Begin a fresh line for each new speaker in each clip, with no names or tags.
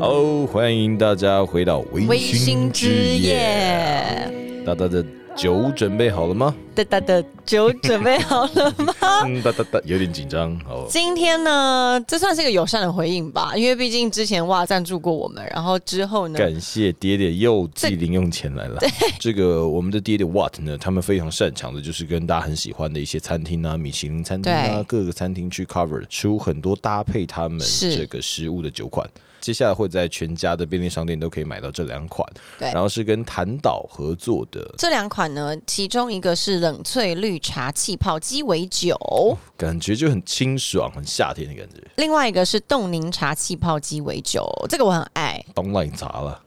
哦，欢迎大家回到
微
微
醺
醺
之
之夜。
夜，
大大的酒准备好了吗？
大大的酒准备好了吗？
嗯，大大大有点紧张哦。
今天呢，这算是一个友善的回应吧，因为毕竟之前哇赞助过我们，然后之后呢，
感谢爹爹又寄零用钱来了。这个我们的爹爹 What 呢？他们非常擅长的就是跟大家很喜欢的一些餐厅啊，米其林餐厅啊
对，
各个餐厅去 cover 出很多搭配他们
是
这个食物的酒款。接下来会在全家的便利商店都可以买到这两款，
对
然后是跟谭岛合作的，
这两款呢，其中一个是冷萃绿茶气泡鸡尾酒，
感觉就很清爽、很夏天的感觉。
另外一个是冻柠茶气泡鸡尾酒，这个我很爱。
当奶茶了，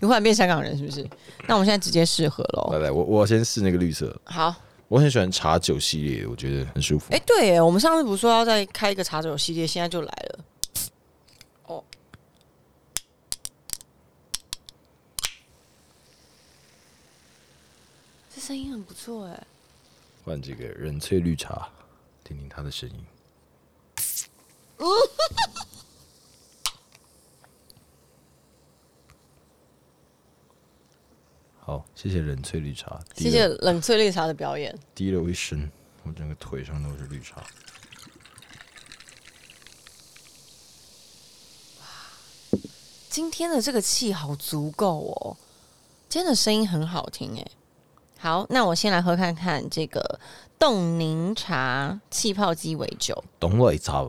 你忽然变香港人是不是？那我们现在直接试喝喽
来。来，我我先试那个绿色，
好，
我很喜欢茶酒系列，我觉得很舒服。
哎、对耶，我们上次不是说要再开一个茶酒系列，现在就来了。哦，这声音很不错哎。
换这个人萃绿茶，听听它的声音。好，谢谢人萃绿茶，滴
谢
了
谢冷萃绿茶的表演。
滴了我一身，我整个腿上都是绿茶。
今天的这个气好足够哦，今天的声音很好听哎。好，那我先来喝看看这个冻柠茶气泡鸡尾酒。
当奶茶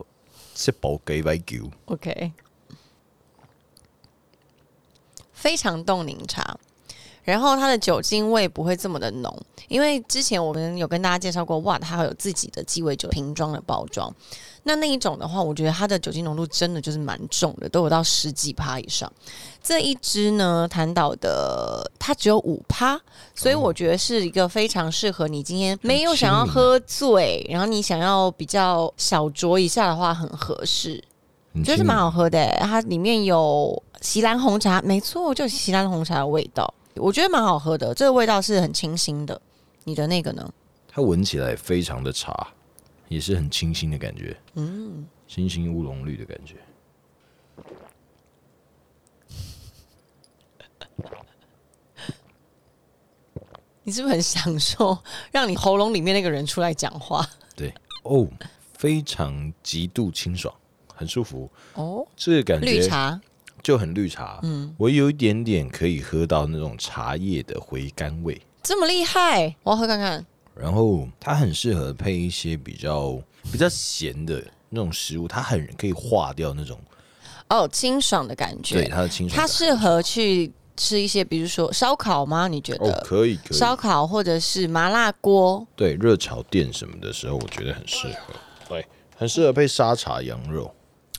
一包几百九，
OK，非常冻柠茶，然后它的酒精味不会这么的浓，因为之前我们有跟大家介绍过，哇，它还有自己的鸡尾酒瓶装的包装，那那一种的话，我觉得它的酒精浓度真的就是蛮重的，都有到十几趴以上。这一支呢，谭岛的它只有五趴，所以我觉得是一个非常适合你今天没有想要
很轻盈
喝醉，然后你想要比较小酌一下的话，很合适。
你
觉得
听
蛮好喝的欸、它里面有席兰红茶，没错，就是席兰红茶的味道，我觉得蛮好喝的。这个味道是很清新的。你的那个呢？
它闻起来非常的茶，也是很清新的感觉，嗯，清新乌龙绿的感觉。
你是不是很享受 让你喉咙里面那个人出来讲话？
对，哦，非常极度清爽，很舒服，
哦，
这个感
绿
觉
茶
就很绿茶。嗯，我有一点点可以喝到那种茶叶的回甘味，
这么厉害，我要喝看看。
然后它很适合配一些比较比较咸的那种食物，它很可以化掉那种
哦，清爽的感
对
觉，
它的清爽
它
感。
适合去吃一些，比如说烧烤吗？你觉
哦，
得？
可以可以，
烧烤或者是麻辣锅，
对热炒店什么的时候，我觉得很适合，对，很适合配沙茶羊肉。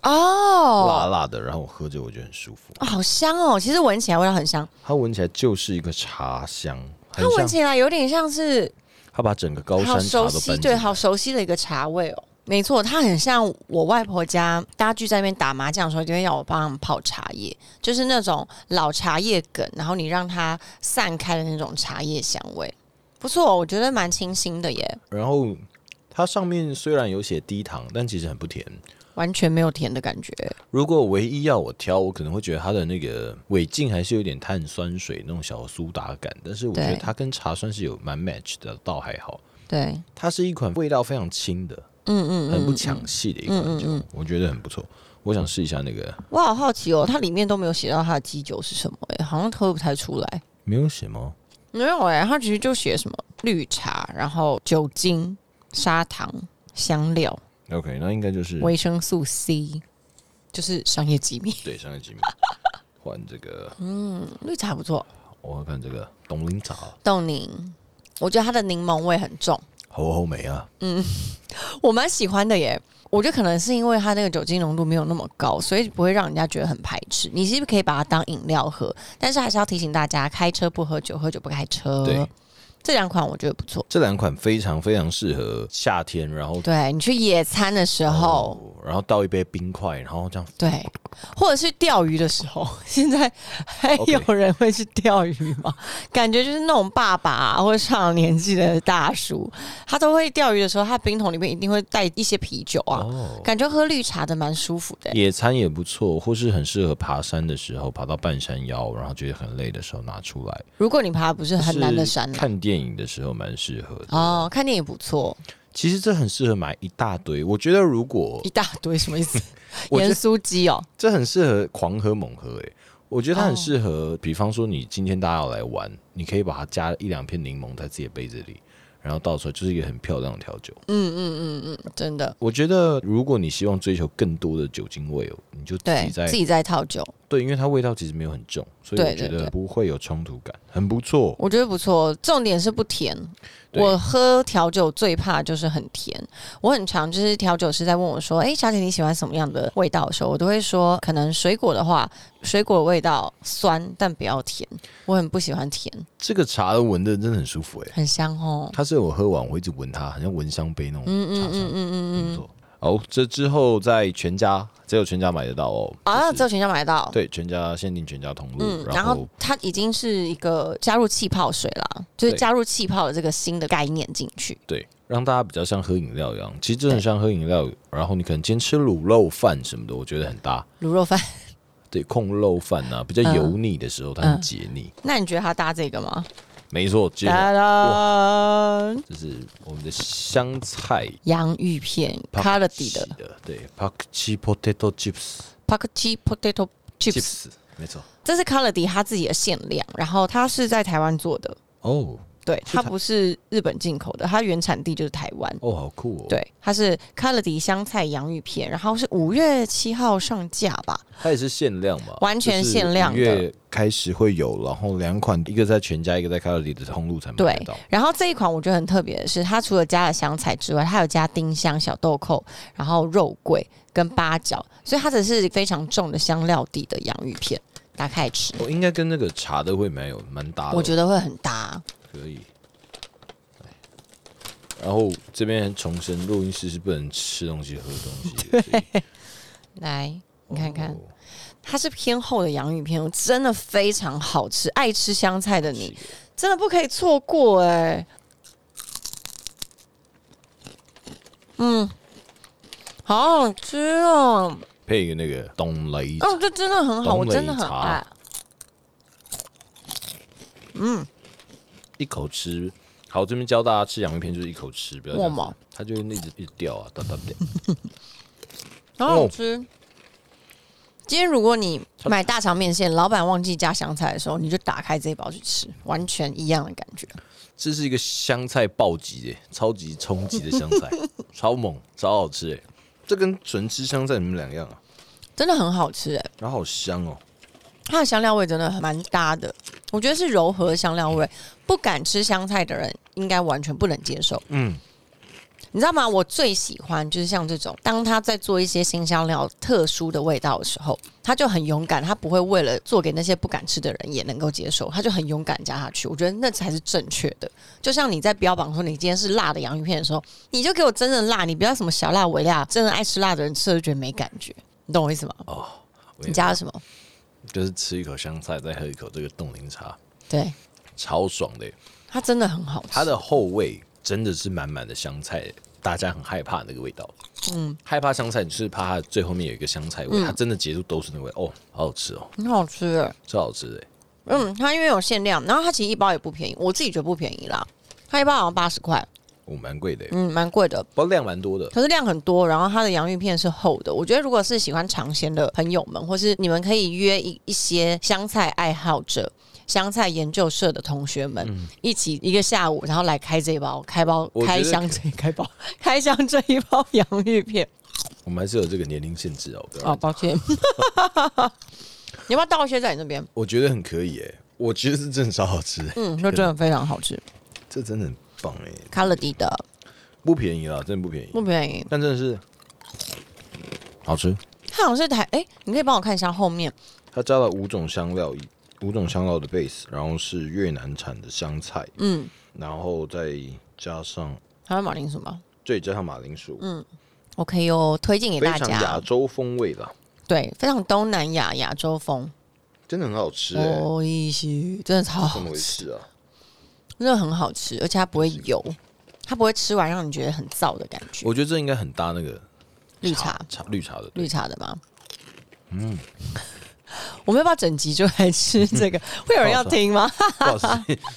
辣
哦，
辣的，然后我喝着我觉得很舒服。
哦好香哦！其实闻起来味道很香，
它闻起来就是一个茶香，很
它闻
像
起来有点像是
它把整个高山
好
茶
熟
都
悉，
搬
对，
进来。
好熟悉的一个茶味哦。没错，它很像我外婆家，大家聚在那边打麻将的时候，就会要我帮他们泡茶叶，就是那种老茶叶梗，然后你让它散开的那种茶叶香味，不错，我觉得蛮清新的耶，
然后它上面虽然有写低糖，但其实很不甜。
完全没有甜的感觉。
如果唯一要我挑，我可能会觉得它的那个尾劲还是有点碳酸水那种小苏打感，但是我觉得
对
它跟茶酸是有蛮 match 的，倒还好。
对，
它是一款味道非常轻的，
嗯嗯嗯
很不抢戏的一款酒，我觉得很不错。我想试一下那个，
我好好奇哦，它里面都没有写到它的基酒是什么，哎，好像喝不太出来。
没有写吗？
没有哎、它其实就写什么绿茶，然后酒精、砂糖、香料。
OK，那应该就是
维生素 C，就是商业机密。
对上一 集嘛，换这个。
绿茶不错，
我要看这个董林茶，
豆柠，我觉得它的柠檬味很重，
好好美啊！
我蛮喜欢的耶。我觉得可能是因为它那个酒精浓度没有那么高，所以不会让人家觉得很排斥。你是不是可以把它当饮料喝？但是还是要提醒大家，开车不喝酒，喝酒不开车。
对，
这两款我觉得不错。
这两款非常非常适合夏天，然后
对你去野餐的时候，
然后倒一杯冰块，然后这样
对或者去钓鱼的时候， 现在还有人会去钓鱼吗感觉就是那种爸爸、啊、或者上了年纪的大叔，他都会钓鱼的时候，他冰桶里面一定会带一些啤酒啊，
哦，
感觉喝绿茶的蛮舒服的欸、
野餐也不错，或是很适合爬山的时候，爬到半山腰，然后觉得很累的时候拿出来。
如果你爬不是很难的山
是
啊
看电影的时候蛮适合的。
哦，看电影不错，
其实这很适合买一大堆。我觉得如果
一大堆什么意思？
我觉
盐
得
酥鸡哦，
这很适合狂喝猛喝、欸，我觉得它
哦
很适合。比方说，你今天大家要来玩，你可以把它加一两片柠檬在自己的杯子里，然后倒出来就是一个很漂亮的调酒。
真的，
我觉得，如果你希望追求更多的酒精味哦，你就自
对
己在
自己在套酒，
对，因为它味道其实没有很重，所以
对
我觉
对对
得不会有冲突感，很不错。
我觉得不错。重点是不甜，
对
我喝调酒最怕就是很甜。我很常就是调酒师在问我说：“哎、小姐你喜欢什么样的味道？”的时候，我都会说，可能水果的话，水果味道酸，但不要甜。我很不喜欢甜，
这个茶的闻的真的很舒服、欸，
很香哦。
它是我喝完我会一直闻它，好像闻香杯那种茶香，
嗯嗯嗯。
很不错。哦，这之后在全家只有全家买得到哦。
啊，
就是
只有全家买得到。
对，全家限定全家同路，
嗯，然
然
后
后
它已经是一个加入气泡水啦，就是
对
加入气泡的这个新的概念进去。
对，让大家比较像喝饮料一样，其实真的很像喝饮料。然后你可能今天吃卤肉饭什么的，我觉得很搭。
卤肉饭，
对，控肉饭啊，比较
嗯
油腻的时候，它
嗯
很解腻。
那你觉得它搭这个吗？
没错，接下来
哒啦，
就是我们的香菜
洋芋片 c a r d y 的
的，对 p a k c h potato chips
p a k c h potato chips，
chips，没错。
这是 c a r d y 它自己的限量，然后它是在台湾做的，
哦
对，
是
它
台
不是日本进口的，它原产地就是台湾。
哦，好酷哦！，
对，它是 c a r d y 香菜洋芋片，然后是五月七号上架吧，
它也是限量嘛，
完全限量的
就是五月开始会有，然后两款，一个在全家，一个在卡 a 里的通路才买
对
得到。，
然后这一款我觉得很特别的是，它除了加了香菜之外，它有加丁香、小豆蔻，然后肉桂跟八角，所以它只是非常重的香料底的洋芋片，打开来吃，
我应该跟那个茶的会蛮有蛮搭的哦，
我觉得会很搭。
可以。哎然后这边重申，录音室是不能吃东西、喝东西 的。所以
来，你看看，
哦
它是偏厚的洋芋片，真的非常好吃。爱吃香菜的你，真的不可以错过哎、嗯，好好吃哦！
配一个那个东雷
哦，这真的很好，
懂
我
了
真的
一
很
茶
爱。
一口吃。好，这边教大家吃洋芋片就是一口吃，不要这
我
样
嘛，
它就会一直一直掉啊，哒哒掉。
好好
哦
吃。今天如果你买大肠面线，老板忘记加香菜的时候，你就打开这一包去吃，完全一样的感觉。
这是一个香菜暴击耶，超级冲击的香菜，超猛，超好吃哎！这跟纯吃香菜有什么两样啊？
真的很好吃哎、
然后好香哦，
它的香料味真的蛮搭的，我觉得是柔和的香料味。不敢吃香菜的人应该完全不能接受。
嗯，
你知道吗？我最喜欢就是像这种，当他在做一些新香料特殊的味道的时候，他就很勇敢，他不会为了做给那些不敢吃的人也能够接受，他就很勇敢加下去。我觉得那才是正确的。就像你在标榜说你今天是辣的洋芋片的时候，你就给我真的辣，你不要什么小辣、微辣，真的爱吃辣的人吃了就觉得没感觉，你懂我意思吗？
哦，我跟
你
你
加了什么？
就是吃一口香菜，再喝一口这个冻柠茶，
对，
超爽的耶。
它真的很好吃。
它的后味真的是满满的香菜，大家很害怕那个味道。嗯，害怕香菜，你是怕它最后面有一个香菜味，它真的结束都是那味。哦，好好吃哦，
很好吃耶
超好吃的。
嗯，它因为有限量，然后它其实一包也不便宜，我自己觉得不便宜啦，它一包好像八十块，
哦，蛮贵的耶，
嗯，蛮贵的。
不过量蛮多的。
可是量很多，然后它的洋芋片是厚的。我觉得如果是喜欢尝鲜的朋友们，或是你们可以约一一些香菜爱好者、香菜研究社的同学们、一起一个下午，然后来开这一包、开包、
嗯我觉得
开箱这开包、 开箱这一包洋 芋片。
我们还是有这个年龄限制哦，不要
哦，抱歉， 你要不要倒一些在你那边？
我觉得很可以诶，我觉得是真的超好吃耶，
嗯，那真的非常好吃，
这真的很棒哎，
卡乐迪的
不便宜啦，真的不便宜
不，便宜。
但真的是好吃。
它好像是台哎、你可以帮我看一下后面
它加了五种香料，五种香料的 base，然后是越南产的香菜，
嗯，
然后再加上
台湾马铃薯吗
这里加上马铃薯，嗯，
？OK 哦，推荐给
非
大
常亚
家。
洲风味啦。
对，非常东南亚亚洲风，
真的很好吃哎、
哦，一西真的超
怎
好
么回
吃，
事啊？
真的很好吃，而且它不会油，它不会吃完让你觉得很燥的感觉。
我觉得这应该很搭那个
绿茶，
茶绿茶的
绿茶的吗？嗯， 我们要不要整集就来吃 这个？会有人要听吗？
不好吃，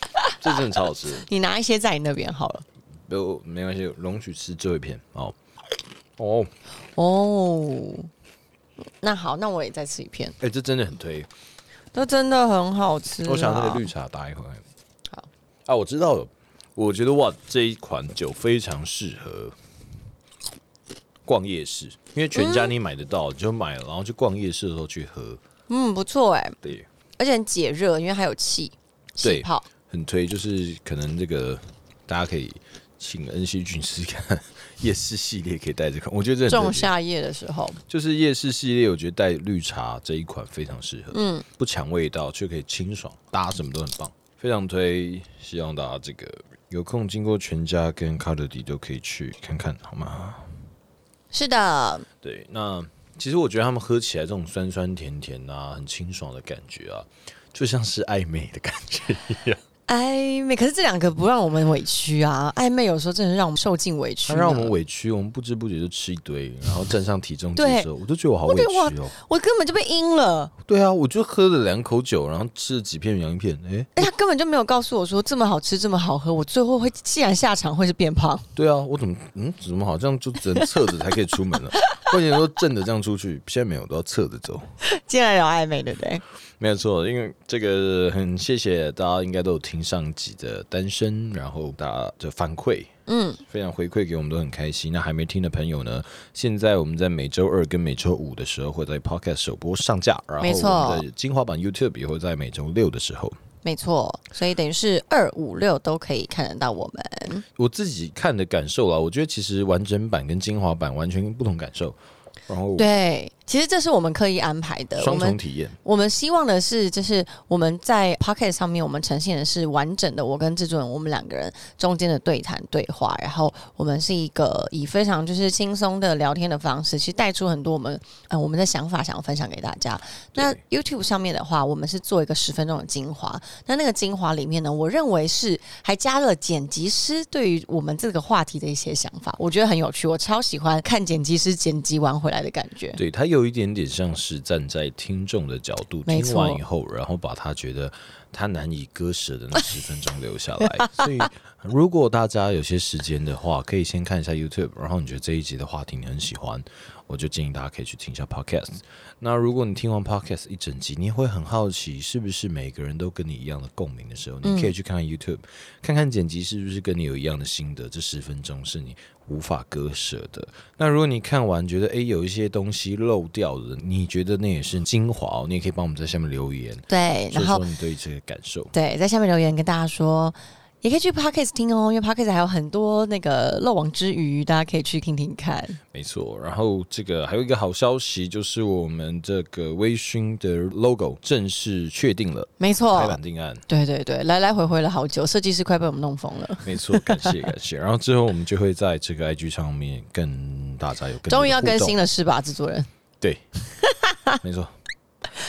这真的超好吃。
你拿一些在你那边好了。
不，没关系，容许吃最后一片哦。哦，
哦，那好，那我也再吃一片，
哎、这真的很推。
这真的很好吃啊。
我想那个绿茶搭一块。
好
啊，我知道了。我觉得哇，这一款酒非常适合逛夜市，因为全家你买得到，你就买了，然后去逛夜市的时候去喝。
嗯，不错哎、
对，
而且很解热，因为它有气气
对
泡。
很推，就是可能这个大家可以请恩熙君试试看 夜市系列，可以带着看。我觉得这很特别
仲夏夜的时候，
就是夜市系列，我觉得带绿茶这一款非常适合，嗯，不抢味道，却可以清爽，搭什么都很棒，非常推。希望大家这个有空经过全家跟卡乐迪都可以去看看，好吗？
是的，
对，那其实我觉得他们喝起来这种酸酸甜甜啊，很清爽的感觉啊，就像是暧昧的感觉一样，
暧昧。可是这两个不让我们委屈啊，暧昧有时候真的让我们受尽委屈
它
啊呢。
让我们委屈，我们不知不觉就吃一堆，然后站上体重机的时候，我都觉得我好
我
委
觉得我
屈哦。
我根本就被阴了。
对啊，我就喝了两口酒，然后吃了几片洋芋片，诶。
哎、他根本就没有告诉我说这么好吃，这么好喝，我最后会既然下场会是变胖。
对啊，我怎么嗯，怎么好像就只能侧着才可以出 门了？我以前都正着这样出去，现在没有，都要侧着走。
既然有暧昧，对不对？
没有错，因为这个很谢谢大家，应该都有听上集的单身，然后大家的反馈，
嗯，
非常回馈给我们都很开心。那还没听的朋友呢，现在我们在每周二跟每周五的时候会在 Podcast 首播上架，然后
没错
我们的精华版 YouTube 也会在每周六的时候。
没错，所以等于是二五六都可以看得到我们。
我自己看的感受啊，我觉得其实完整版跟精华版完全不同感受，然后
对，其实这是我们刻意安排的。我
哦双
们
重体验。
我们希望的是，就是我们在 p o c k e t 上面，我们呈现的是完整的我跟制作人我们两个人中间的对谈对话，然后我们是一个以非常就是轻松的聊天的方式，去带出很多我们呃我们的想法，想要分享给大家。那 YouTube 上面的话，我们是做一个十分钟的精华，那那个精华里面呢，我认为是还加了剪辑师对于我们这个话题的一些想法，我觉得很有趣，我超喜欢看剪辑师剪辑完回来的感觉。
对他有一点点像是站在听众的角度
没
听完
错
以后，然后把他觉得他难以割舍的那十分钟留下 来。所以，如果大家有些时间的话，可以先看一下 YouTube，然后你觉得这一集的话题你很喜欢，我就建议大家可以去听一下 Podcast。那如果你听完 Podcast 一整集，你也会很好奇是不是每个人都跟你一样的共鸣的时
嗯
候，你可以去看看 YouTube，看看剪辑是不是跟你有一样的心得。这十分钟是你无法割舍的。那如果你看完觉得诶有一些东西漏掉了，你觉得那也是精华哦、你也可以帮我们在下面留言，
对，
说
然后
说你对这个感受。
对，在下面留言跟大家说，也可以去 podcast 听哦，因为 podcast 还有很多那个漏网之鱼，大家可以去听听看。
没错，然后这个还有一个好消息就是我们这个微醺的 logo 正式确定了，
没
拍
错
板，定案。
对对对，来来回回了好久，设计师快被我们弄疯了，
没错，感谢感谢。然后之后我们就会在这个 IG 上面跟大家有更多的
终于要
互动
更新，了是吧？制作人
对，没错，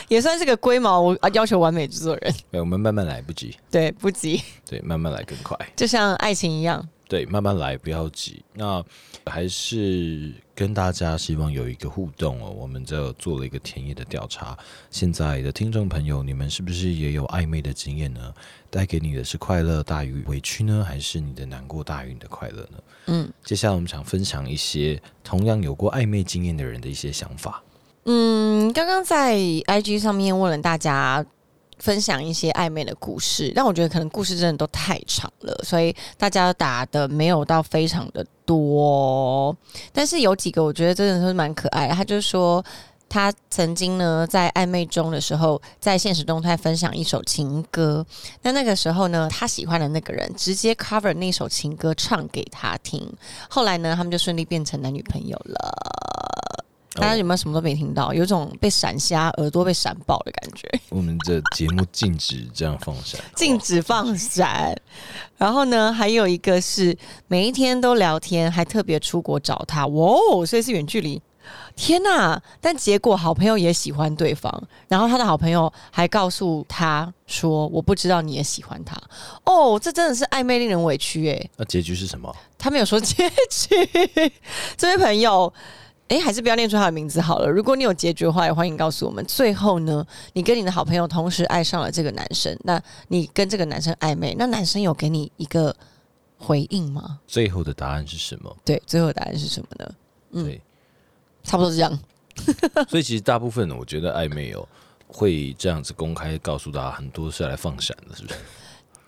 也算是个龟毛我啊要求完美制作人，
哎对，我们慢慢来，不急，
对，不急，
对，慢慢来更快，
就像爱情一样，
对，慢慢来，不要急。那还是跟大家希望有一个互动哦。我们这做了一个田野的调查，现在的听众朋友，你们是不是也有暧昧的经验呢？带给你的是快乐大于委屈呢，还是你的难过大于你的快乐呢？
嗯
接下来我们想分享一些同样有过暧昧经验的人的一些想法。
嗯，刚刚在 IG 上面问了大家。分享一些暧昧的故事，但我觉得可能故事真的都太长了，所以大家打的没有到非常的多哦、但是有几个我觉得真的是蛮可爱的。他就说他曾经呢在暧昧中的时候，在现实动态分享一首情歌，那那个时候呢他喜欢的那个人直接 cover 那首情歌唱给他听，后来呢他们就顺利变成男女朋友了。大
哦
家有没有什么都没听到？有种被闪瞎、耳朵被闪爆的感觉。
我们这节目禁止这样放哦闪，
禁止放闪。然后呢，还有一个是每一天都聊天，还特别出国找他，哇哦，所以是远距离。天呐、但结果好朋友也喜欢对方，然后他的好朋友还告诉他说：“我不知道你也喜欢他。”哦，这真的是暧昧令人委屈诶、
那结局是什么？
他没有说结局。 这位朋友，哎、还是不要念出他的名字好了。如果你有结局的话，也欢迎告诉我们。最后呢，你跟你的好朋友同时爱上了这个男生，那你跟这个男生暧昧，那男生有给你一个回应吗？
最后的答案是什么？
对，最后的答案是什么呢？嗯
对，
差不多是这样。
所以其实大部分我觉得暧昧哦，会这样子公开告诉大家，很多是来放闪的，是不是？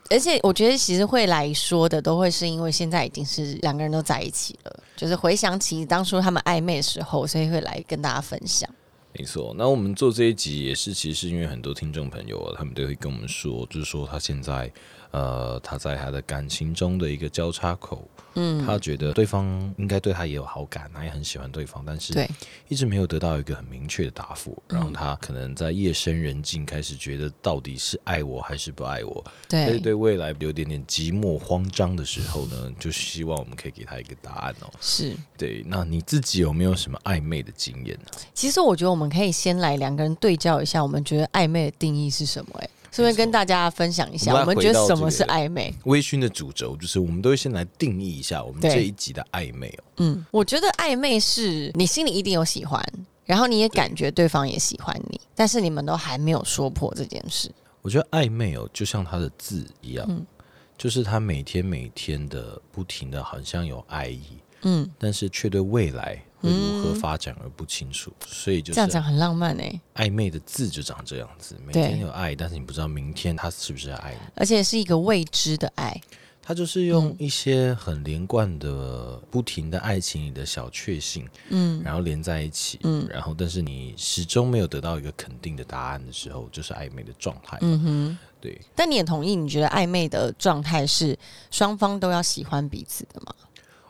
而且我觉得，其实会来说的，都会是因为现在已经是两个人都在一起了，就是回想起当初他们暧昧的时候，所以会来跟大家分享。
没错，那我们做这一集也是，其实是因为很多听众朋友啊，他们都会跟我们说，就是说他现在，呃，他在他的感情中的一个交叉口，
嗯，
他觉得对方应该对他也有好感，他也很喜欢对方，但是
对，
一直没有得到一个很明确的答复，然后他可能在夜深人静开始觉得到底是爱我还是不爱我，所以
对，
对未来有点点寂寞慌张的时候呢，就希望我们可以给他一个答案哦。
是。
对，那你自己有没有什么暧昧的经验呢？
其实我觉得我们可以先来两个人对照一下，我们觉得暧昧的定义是什么、欸？哎，顺便跟大家分享一下，
我们
我
来
们
回
觉
到
得什
这
么
个
是暧昧？
微醺的主轴就是，我们都会先来定义一下我们
对
这一集的暧昧哦。
嗯，我觉得暧昧是你心里一定有喜欢，然后你也感觉对方也喜欢你，但是你们都还没有说破这件事。
我觉得暧昧哦，就像它的字一样，
嗯
就是他每天每天的不停的，好像有爱意，
嗯，
但是却对未来会如何发展而不清楚。所以就
这样
是啊
讲很浪漫哎、
暧昧的字就长这样子，每
对
天有爱，但是你不知道明天他是不是爱你。
而且是一个未知的爱。
他就是
嗯
用一些很连贯的、不停的爱情里的小确幸，
嗯，
然后连在一起，
嗯
然后但是你始终没有得到一个肯定的答案的时候，就是暧昧的状态，
嗯哼。
对，
但你也同意，你觉得暧昧的状态是双方都要喜欢彼此的吗？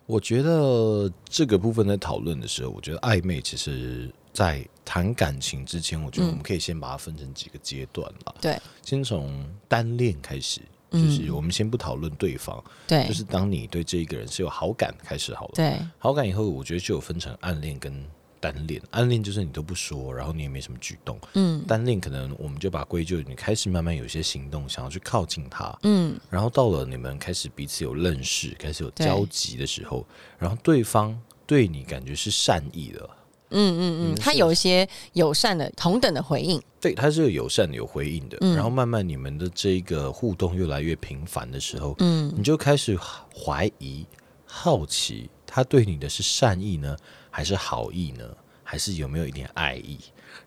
我觉得这个部分在讨论的时候，我觉得暧昧其实在谈感情之前，我觉得我们可以先把它分成几个阶段了。
嗯对，
先从单恋开始，就
嗯
是我们先不讨论对方，
对，
就是当你对这一个人是有好感开始好了。
对，
好感以后，我觉得就有分成暗恋跟单恋。暗恋就是你都不说，然后你也没什么举动；
嗯
单恋可能我们就把归咎于你开始慢慢有一些行动，想要去靠近他。
嗯，
然后到了你们开始彼此有认识、开始有
对
交集的时候，然后对方对你感觉是善意的，
嗯嗯嗯，他有一些友善的、同等的回应，
对，他是有友善的、有回应的。
嗯
然后慢慢你们的这一个互动越来越频繁的时候，
嗯，
你就开始怀疑、好奇，他对你的是善意呢，还是好意呢，还是有没有一点爱意？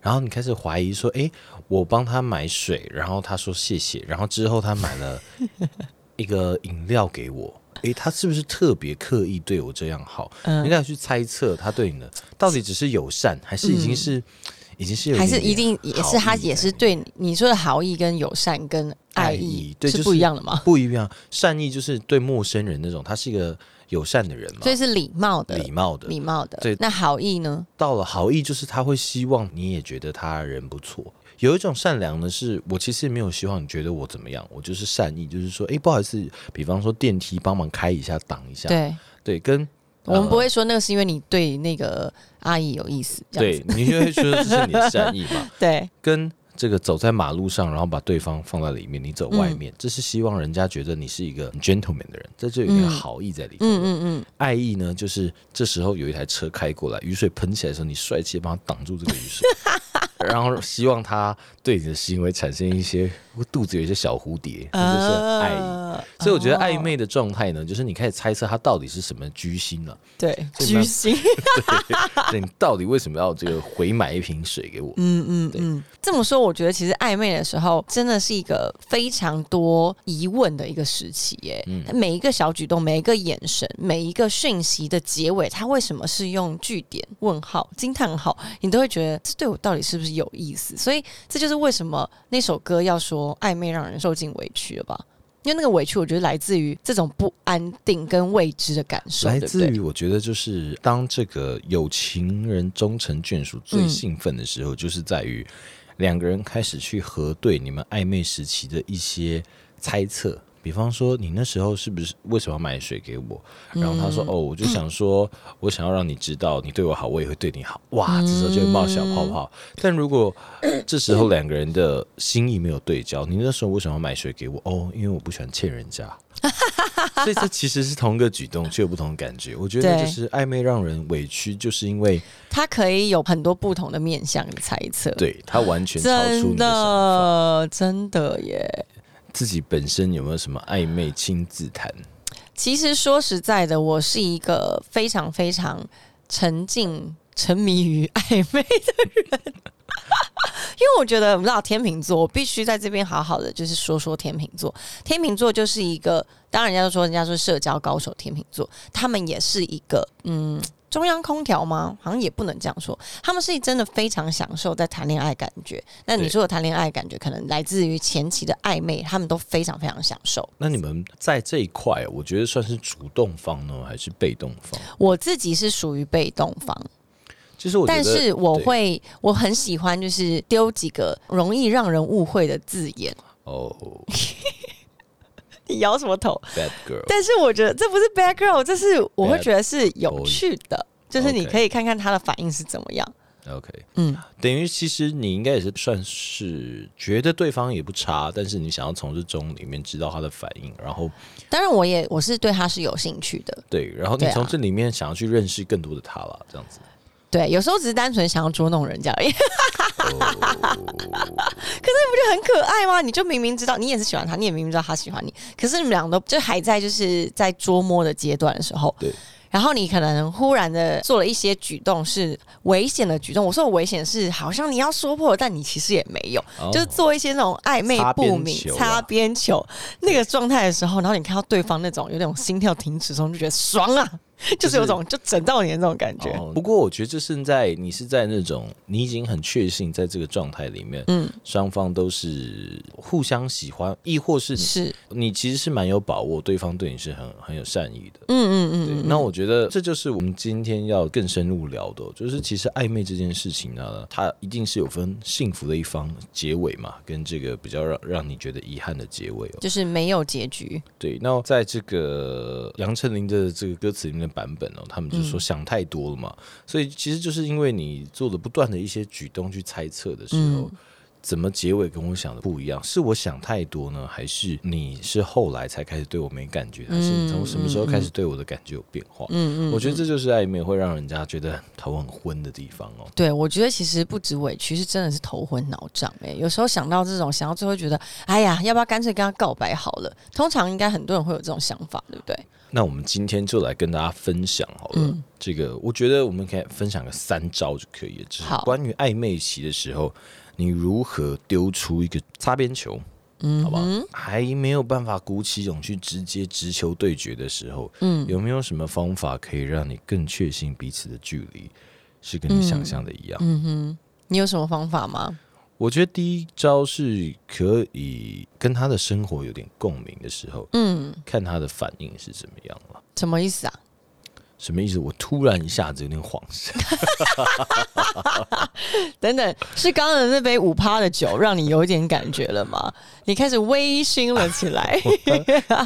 然后你开始怀疑说，诶，我帮他买水，然后他说谢谢，然后之后他买了一个饮料给我。诶，他是不是特别刻意对我这样好？
嗯
你开始去猜测他对你的到底只是友善，还是已经是、已经是有
嗯还是
点
一定也是他
好意
也
在
是对你你说的好意跟友善跟爱
爱
意
对，
是
就
不一样的吗？
不一样，善意就是对陌生人那种，他是一个友善的人嘛
所，以是礼貌的，
礼貌的。
礼貌的。
对
那好意呢？
到了好意，就是他会希望你也觉得他人不错。有一种善良呢，是我其实没有希望你觉得我怎么样，我就是善意，就是说，哎，不好意思，比方说电梯帮忙开一下、挡一下，
对，
对跟呃
我们不会说那个是因为你对那个阿姨有意思，这样
对
子，
你就会觉得这是你的善意 嘛，
对
跟这个走在马路上，然后把对方放在里面，你走外面，
嗯
这是希望人家觉得你是一个 gentleman 的人，这就有一点
嗯
好意在里头。
嗯嗯嗯，
爱意呢，就是这时候有一台车开过来，雨水喷起来的时候，你帅气地帮他挡住这个雨水，然后希望他对你的行为产生一些肚子有一些小蝴蝶，这就是爱意。
嗯啊
所以我觉得暧昧的状态呢，就是你开始猜测他到底是什么居心了、
对
所以蛮
居心，
对你到底为什么要这个回买一瓶水给我？
嗯嗯嗯。这么说，我觉得其实暧昧的时候真的是一个非常多疑问的一个时期耶。
嗯
每一个小举动，每一个眼神，每一个讯息的结尾，它为什么是用句点、问号、惊叹号？你都会觉得这对我到底是不是有意思？所以这就是为什么那首歌要说暧昧让人受尽委屈了吧。因为那个委屈，我觉得来自于这种不安定跟未知的感受，
来
对不
自
对？
于我觉得就是当这个有情人终成眷属最兴奋的时候，就是在于两个人开始去核对你们暧昧时期的一些猜测比方说你那时候是不是为什么要买水给我？然后他
嗯
说、哦，我就想说，我想要让你知道，你对我好，我也会对你好。哇，这时候就会冒小泡泡。
嗯
但如果这时候两个人的心意没有对焦，你那时候为什么要买水给我？哦，因为我不喜欢欠人家。 所以这其实是同一个举动，却有不同的感觉。我觉得
对呃
就是暧昧让人委屈，就是因为
它可以有很多不同的面向的猜测。，
对他完全超出
真
你的想法。
的，真的耶。
自己本身有没有什么暧昧亲自谈？
其实说实在的，我是一个非常非常沉浸、沉迷于暧昧的人，因为我觉得，你知道天秤座，我必须在这边好好的就是说说天秤座。天秤座就是一个，当然人家都说人家说社交高手，天秤座他们也是一个，嗯。中央空调吗？好像也不能这样说。他们是真的非常享受在谈恋爱的感觉。那你
对
说的谈恋爱的感觉，可能来自于前期的暧昧，他们都非常非常享受。
那你们在这一块，我觉得算是主动方呢，还是被动方？
我自己是属于被动方，
其实我觉得，
但是我
对
会，我很喜欢就是丢几个容易让人误会的字眼。
哦、
你摇什么头？
b a d girl，
但是我觉得这不是 bad girl，这是我会
Bad
觉得是有趣的，就是你
OK
可以看看他的反应是怎么样。
OK，
嗯，
等于其实你应该也是算是觉得对方也不差，但是你想要从这中里面知道他的反应，然后
当然我也我是对他是有兴趣的，
对，然后你
对啊
从这里面想要去认识更多的他啦，这样子。
对，有时候只是单纯想要捉弄人家而已，不
哦，
就很可爱吗？你就明明知道你也是喜欢他，你也明明知道他喜欢你，可是你们两个都就还在就是在捉摸的阶段的时候，
对，
然后你可能忽然的做了一些举动是危险的举动。我说我危险是好像你要说破了，但你其实也没有，
哦
就是做一些那种暧昧不
擦边
明、
球啊
擦边球那个状态的时候，然后你看到对方那种有点心跳停止的时候，你就觉得爽啊， 就是有种就整到你的那种感觉。
哦不过我觉得这是在你是在那种你已经很确信在这个状态里面，
嗯，
双方都是互相喜欢，亦或是你
是，
你其实是蛮有把握，对方对你是很很有善意的。
嗯嗯
对，
嗯嗯，
那我觉得这就是我们今天要更深入聊的，哦就是其实暧昧这件事情呢，它一定是有分幸福的一方结尾嘛，跟这个比较让让你觉得遗憾的结尾哦。
就是没有结局。
对，那在这个杨丞琳的这个歌词里面的版本哦，他们就
嗯
说想太多了嘛，所以其实就是因为你做的不断的一些举动去猜测的时候。
嗯
怎么结尾跟我想的不一样？是我想太多呢，还是你是后来才开始对我没感觉，还是
嗯
你从什么时候开始对我的感觉有变化？
嗯嗯，
我觉得这就是暧昧会让人家觉得头很昏的地方哦。
对，我觉得其实不止委屈，是真的是头昏脑胀哎、有时候想到这种，想到最后觉得，哎呀，要不要干脆跟他告白好了？通常应该很多人会有这种想法，对不嗯对？
那我们今天就来跟大家分享好了，这个我觉得我们可以分享个三招就可以了，就是
好
关于暧昧期的时候，你如何丢出一个擦边球，
嗯
好吧？还没有办法鼓起勇气直接直球对决的时候，嗯，有没有什么方法可以让你更确信彼此的距离是跟你想象的一样？
嗯你有什么方法吗？
我觉得第一招是可以跟他的生活有点共鸣的时候，
嗯，
看他的反应是怎么样了。
什么意思啊？
什么意思？我突然一下子有点恍 神。
等等，是刚刚的那杯五趴的酒让你有一点感觉了吗？你开始微醺了起 来。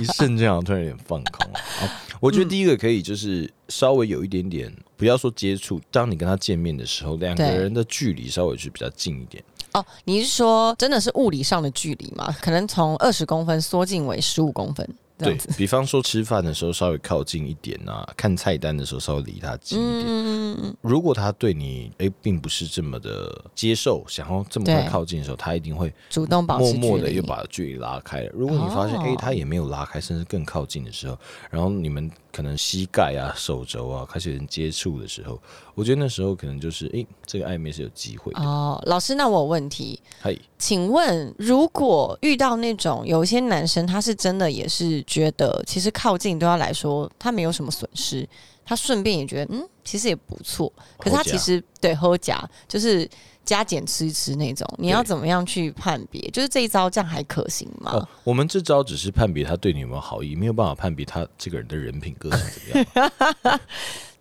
一瞬间好像突然有点放空、 啊。我觉得第一个可以就是稍微有一点点，不要说接触，当你跟他见面的时候，两个
对
人的距离稍微是比较近一点。
哦，你是说真的是物理上的距离吗？可能从二十公分缩进为十五公分这
对
样子。
比方说吃饭的时候稍微靠近一点啊，看菜单的时候稍微离他近一点。
嗯，
如果他对你诶并不是这么的接受，想要这么快
对
靠近的时候，他一定会
主动保
默
持
默
距
的
离
又把距离拉开了。如果你发现
哦
诶，他也没有拉开，甚至更靠近的时候，然后你们可能膝盖啊、手肘啊开始有点接触的时候，我觉得那时候可能就是诶，这个暧昧是有机会的。
哦，老师，那我有问题，
嘿、
请问，如果遇到那种有一些男生，他是真的也是觉得，其实靠近对他来说，他没有什么损失，他顺便也觉得，嗯，其实也不错。可是他
好假
其实对喝假就是加减吃一吃那种，你要
对
怎么样去判别？就是这一招这样还可行吗？
哦，我们这招只是判别他对你有没有好意，没有办法判别他这个人的人品个性怎么样。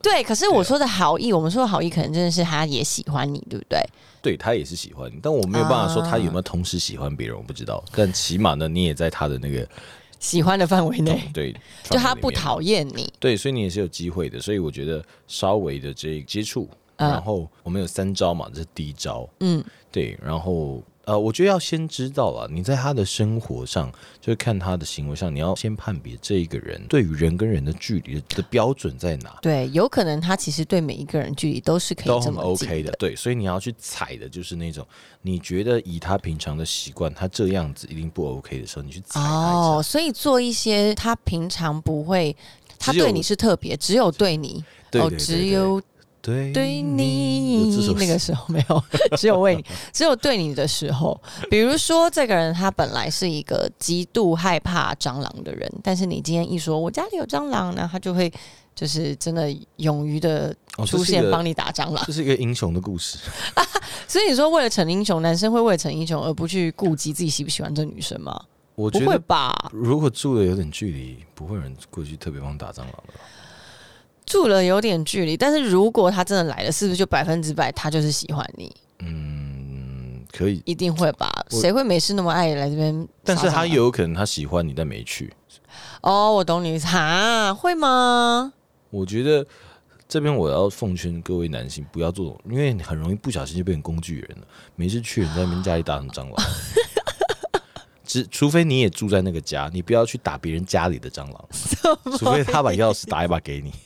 对，可是
对啊
我说的好意，我们说的好意，可能真的是他也喜欢你，对不对？
对他也是喜
啊
欢你，但我没有办法说他有没有同时喜欢别人，我不知道。但起码呢，你也在他的那个
喜欢的范围内，
对，
就他
哦范围里
不
面
讨厌你，
对，所以你也是有机会的。所以我觉得稍微的这接触，
嗯
然后我们有三招嘛，这是第一招。
嗯，
对，然后呃，我觉得要先知道啊，你在他的生活上，就是看他的行为上，你要先判别这一个人对于人跟人的距离的标准在哪。
对，有可能他其实对每一个人距离都是可
都
以这
很
么近
OK 的，对，所以你要去踩的就是那种你觉得以他平常的习惯，他这样子一定不 OK 的时候，你去踩他一下。
哦，所以做一些他平常不会，他
只有
对你是特别，只有对你
对对
哦，
对
只有
对
对
有这
你
首
那个时候没有， 只有 为你，只有对你的时候。比如说，这个人他本来是一个极度害怕蟑螂的人，但是你今天一说我家里有蟑螂呢，他就会就是真的勇于的
哦这
出
是一
现
个
帮你打蟑螂。
这是一个英雄的故事。
所以你说，为了逞英雄，男生会为了逞英雄而不去顾及自己喜不喜欢这女生吗？
我
不
觉
会
得
吧？
如果住的有点距离，不会有人过去特别帮打蟑螂的吧。
住了有点距离，但是如果他真的来了，是不是就百分之百他就是喜欢你？
嗯，可以，
一定会吧？
我
谁会没事那么爱来这边？啊
但是他也有可能他喜欢你，但没去。
哦，我懂你意思哈，会吗？
我觉得这边我要奉劝各位男性不要做，因为你很容易不小心就变成工具人了。每次去人在那边家里打成 蟑螂，只除非你也住在那个家，你不要去打别人家里的蟑 螂，除非他把钥匙打一把给你。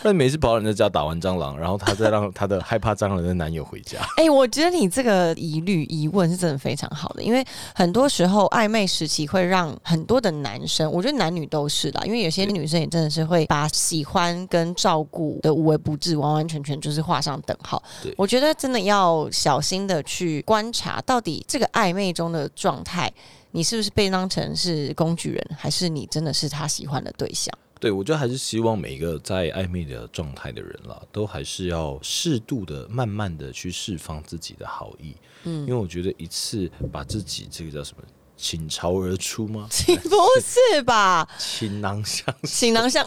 不然每次跑到人家家打完蟑螂，然后他再让他的害怕蟑螂的男友回家。
哎、我觉得你这个疑虑疑问是真的非常好的，因为很多时候暧昧时期会让很多的男生，我觉得男女都是啦，因为有些女生也真的是会把喜欢跟照顾的无微不至完完全全就是画上等号
对。
我觉得真的要小心的去观察，到底这个暧昧中的状态，你是不是被当成是工具人，还是你真的是他喜欢的对象？？
对，我觉得还是希望每一个在暧昧的状态的人啦，都还是要适度的、慢慢的去释放自己的好意。嗯，因为我觉得一次把自己这个叫什么“倾巢而出”吗
岂不是吧？
倾囊相
行囊像，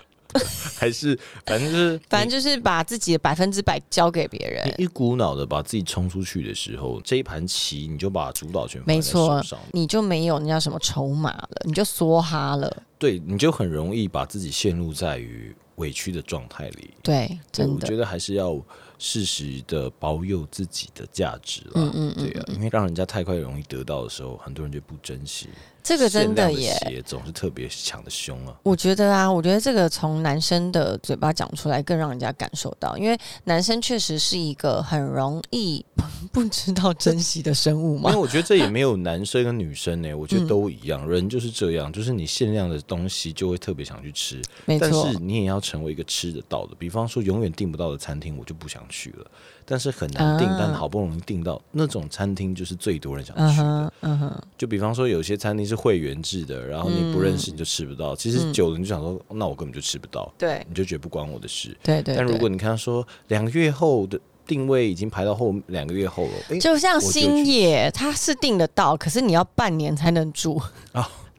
还是反正就是
反正就是把自己的百分之百交给别人。
你一股脑的把自己冲出去的时候，这一盘棋你就把主导权放在
没
手
错
上，，
你就没有那叫什么筹码了，你就梭哈了。
对，你就很容易把自己陷入在于委屈的状态里。
对，
对，
真
我
的
觉得还是要适时的保有自己的价值啦。
嗯嗯嗯
对啊，因为让人家太快容易得到的时候，很多人就不珍惜。
这个真
限量的
耶。
鞋总是特别抢的凶啊。
我觉得啊，我觉得这个从男生的嘴巴讲出来更让人家感受到，因为男生确实是一个很容易不知道珍惜的生物
因为
嘛。
我觉得这也没有男生跟女生呢、我
嗯
觉得都一样，人就是这样，就是你限量的东西就会特别想去吃，
没
但
错
是，你也要成为一个吃得到的。比方说，永远订不到的餐厅，我就不想去了。但是很难订，
啊
但好不容易订到那种餐厅，就是最多人想
嗯
去的。
哼，嗯哼，
就比方说，有些餐厅是会员制的，然后你不认
嗯
识你就吃不到。其实久了你就想说，哦那我根本就吃不到，
对，
你就觉得不关我的事。
对对
但如
对。
果你看他说两个月后的定位已经排到后两个月后了，哎、
就像
我就去
星野，他是订得到，可是你要半年才能住，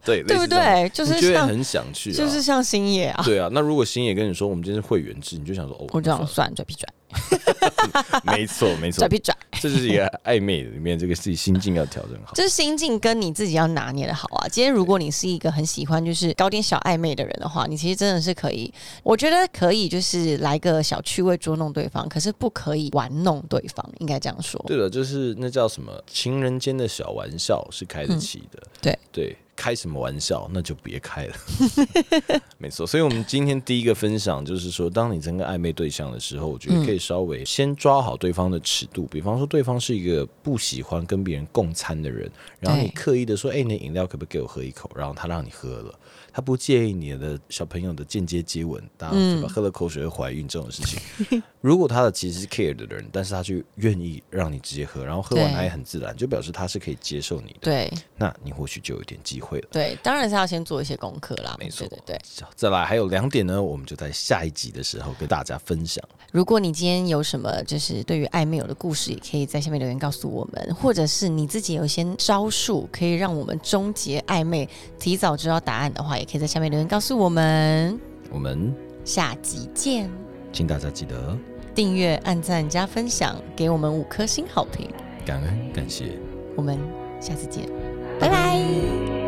对
对不？
类似
对？就
这种
是
你就会
像，
很想去、啊，
就是像星野啊，
对啊。那如果星野跟你说我们今天是会员制，你就想说哦，
我就想
那
算嘴皮转，
算了没错没错
嘴，皮 转。
这就是一个暧昧里面这个自己心境要调整好。
就是心境跟你自己要拿捏的好啊。今天如果你是一个很喜欢就是搞点小暧昧的人的话，你其实真的是可以，我觉得可以就是来个小趣味捉弄对方，可是不可以玩弄对方，应该这样说。
对了，就是那叫什么情人间的小玩笑是开
嗯
得起的，
对
对，开什么玩笑那就别开了，没错。所以，我们今天第一个分享就是说，当你在跟暧昧对象的时候，我觉得可以稍微先抓好对方的尺度，比方说对方是一个不喜欢跟别人共餐的人，然后你
对
刻意的说，哎、你的饮料可不可以给我喝一口？然后他让你喝了。他不介意你的小朋友的间接接吻，大家对吧？喝了口水会怀孕这种事情，如果他的其实是 care 的人，但是他却愿意让你直接喝，然后喝完
对
他也很自然，就表示他是可以接受你的，
对
那你或许就有点机会了。
对，当然是要先做一些功课啦。
没错
对对对。
再来还有两点呢，我们就在下一集的时候跟大家分享。
如果你今天有什么就是对于暧昧有的故事，也可以在下面留言告诉我们，或者是你自己有一些招数可以让我们终结暧昧，提早知道答案的话，也可以在下面留言告诉我们。
我们
下集见。
请大家记得
订阅、按赞、加分享，给我们五颗星好评。
感恩感谢。
我们下次见，拜拜